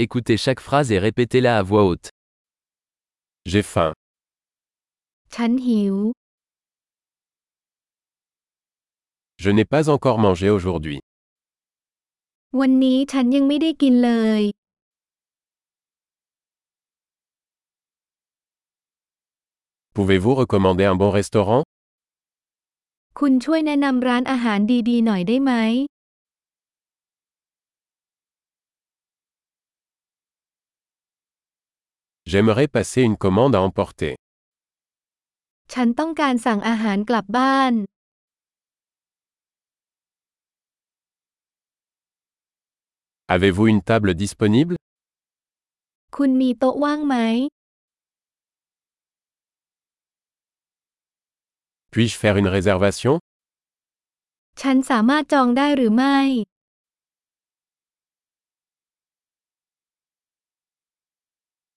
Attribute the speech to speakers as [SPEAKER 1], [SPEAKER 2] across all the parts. [SPEAKER 1] Écoutez chaque phrase et répétez-la à voix haute.
[SPEAKER 2] J'ai faim.
[SPEAKER 3] ฉันหิว
[SPEAKER 2] Je n'ai pas encore mangé aujourd'hui.
[SPEAKER 3] วันนี้ฉันยังไม่ได้กินเลย
[SPEAKER 2] Pouvez-vous recommander un bon restaurant
[SPEAKER 3] คุณช่วยแนะนำร้านอาหารดีๆ หน่อยได้ไหม
[SPEAKER 2] J'aimerais passer une commande à emporter.
[SPEAKER 3] ฉันต้องการสั่งอาหารกลับบ้าน
[SPEAKER 2] Avez-vous une table disponible
[SPEAKER 3] คุณมีโต๊ะว่างไหม
[SPEAKER 2] Puis-je faire une réservation
[SPEAKER 3] ฉันสามารถจองได้หรือไม่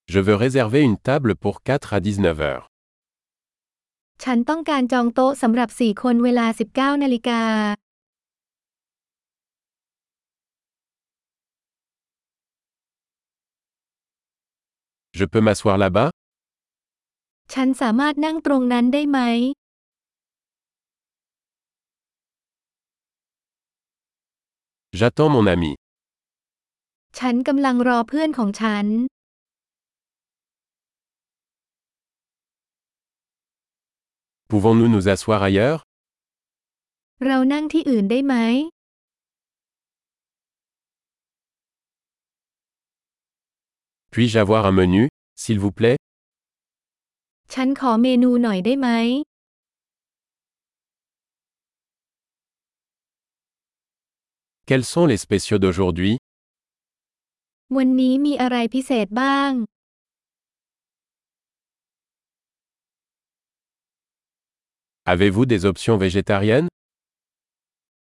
[SPEAKER 2] Je veux réserver une table pour 4 à 19 heures.
[SPEAKER 3] ฉันต้องการจองโต๊ะสำหรับ 4 คนเวลา 19นาฬิกา
[SPEAKER 2] Je peux m'asseoir là-bas
[SPEAKER 3] ฉันสามารถนั่งตรงนั้นได้ไหม
[SPEAKER 2] J'attends mon ami.
[SPEAKER 3] ฉันกำลังรอเพื่อนของฉัน
[SPEAKER 2] Pouvons-nous nous asseoir ailleurs
[SPEAKER 3] เรานั่งที่อื่นได้ไหม
[SPEAKER 2] Puis-je avoir un menu, s'il vous plaît
[SPEAKER 3] ฉันขอเมนูหน่อยได้ไหม
[SPEAKER 2] Quels sont les spéciaux d'aujourd'hui
[SPEAKER 3] วันนี้มีอะไรพิเศษบ้าง
[SPEAKER 2] Avez-vous des options végétariennes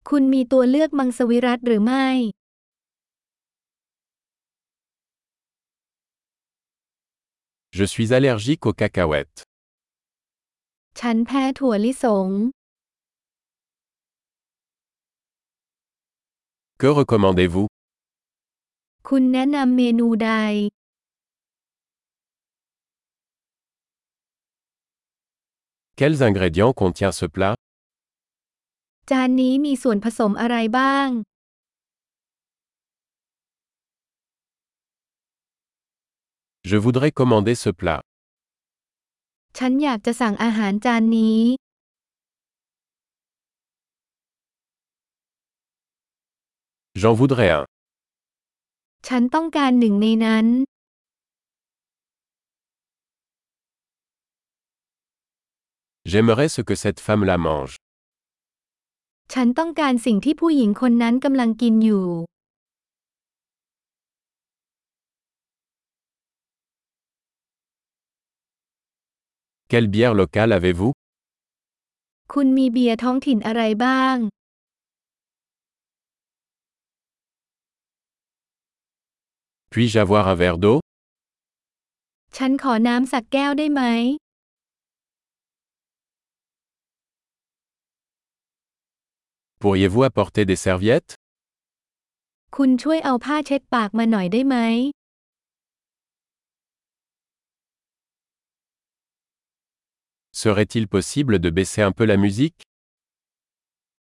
[SPEAKER 3] คุณมีตัวเลือกมังสวิรัตหรือไม่
[SPEAKER 2] Je suis allergique aux cacahuètes.
[SPEAKER 3] ฉันแพ้ถั่วลิสง
[SPEAKER 2] Que recommandez-vous
[SPEAKER 3] คุณแนะนำเมนูใด
[SPEAKER 2] Quels ingrédients contient ce plat
[SPEAKER 3] จานนี้มีส่วนผสมอะไรบ้าง
[SPEAKER 2] Je voudrais commander ce plat.
[SPEAKER 3] ฉันอยากจะสั่งอาหารจานนี้
[SPEAKER 2] J'en voudrais un.
[SPEAKER 3] ฉันต้องการหนึ่งในนั้น
[SPEAKER 2] J'aimerais ce que cette femme la mange.
[SPEAKER 3] ฉันต้องการสิ่งที่ผู้หญิงคนนั้นกำลังกินอยู่
[SPEAKER 2] Quelle bière locale avez-vous
[SPEAKER 3] คุณมีเบียร์ท้องถิ่นอะไรบ้าง
[SPEAKER 2] Puis-je avoir un verre d'eau
[SPEAKER 3] ฉันขอน้ำสักแก้วได้ไหม
[SPEAKER 2] Pourriez-vous apporter des serviettes
[SPEAKER 3] คุณช่วยเอาผ้าเช็ดปากมาหน่อยได้ไหม
[SPEAKER 2] Serait-il possible de baisser un peu la musique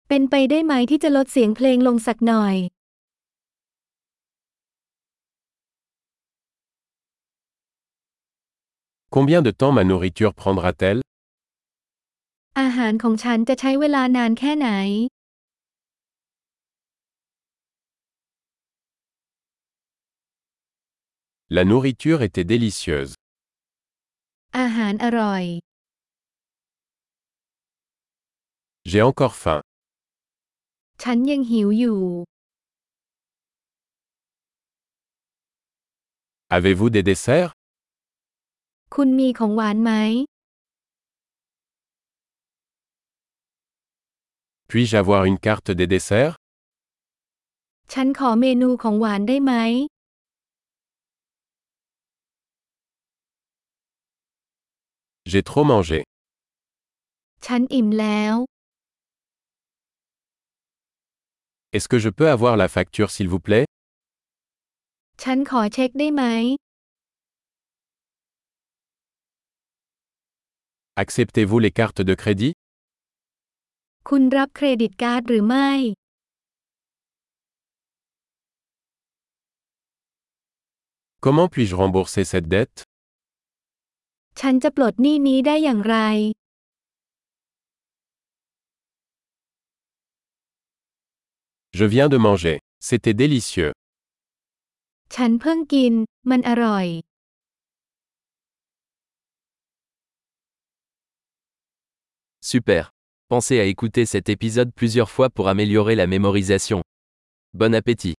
[SPEAKER 3] เป็นไปได้ไหมที่จะลดเสียงเพลงลงสักหน่อย
[SPEAKER 2] Combien de temps ma nourriture prendra-t-elle
[SPEAKER 3] อาหารของฉันจะใช้เวลานานแค่ไหน
[SPEAKER 2] La nourriture était délicieuse.
[SPEAKER 3] อาหารอร่อย
[SPEAKER 2] J'ai encore faim.
[SPEAKER 3] ฉันยังหิวอยู่
[SPEAKER 2] Avez-vous des desserts
[SPEAKER 3] คุณมีของหวานไหม
[SPEAKER 2] Puis-je avoir une carte des desserts
[SPEAKER 3] ฉันขอเมนูของหวานได้ไหม
[SPEAKER 2] J'ai trop mangé.
[SPEAKER 3] ฉันอิ่มแล้ว
[SPEAKER 2] Est-ce que je peux avoir la facture s'il vous plaît
[SPEAKER 3] ฉันขอเช็คได้ไหม
[SPEAKER 2] Acceptez-vous les cartes de crédit
[SPEAKER 3] คุณรับเครดิตการ์ดหรือไม่
[SPEAKER 2] Comment puis-je rembourser cette dette
[SPEAKER 3] ฉันจะปลดหนี้นี้ได้อย่างไร
[SPEAKER 2] Je viens de manger. C'était délicieux.
[SPEAKER 3] ฉันเพิ่งกิน มันอร่อย
[SPEAKER 1] Super. Pensez à écouter cet épisode plusieurs fois pour améliorer la mémorisation. Bon appétit.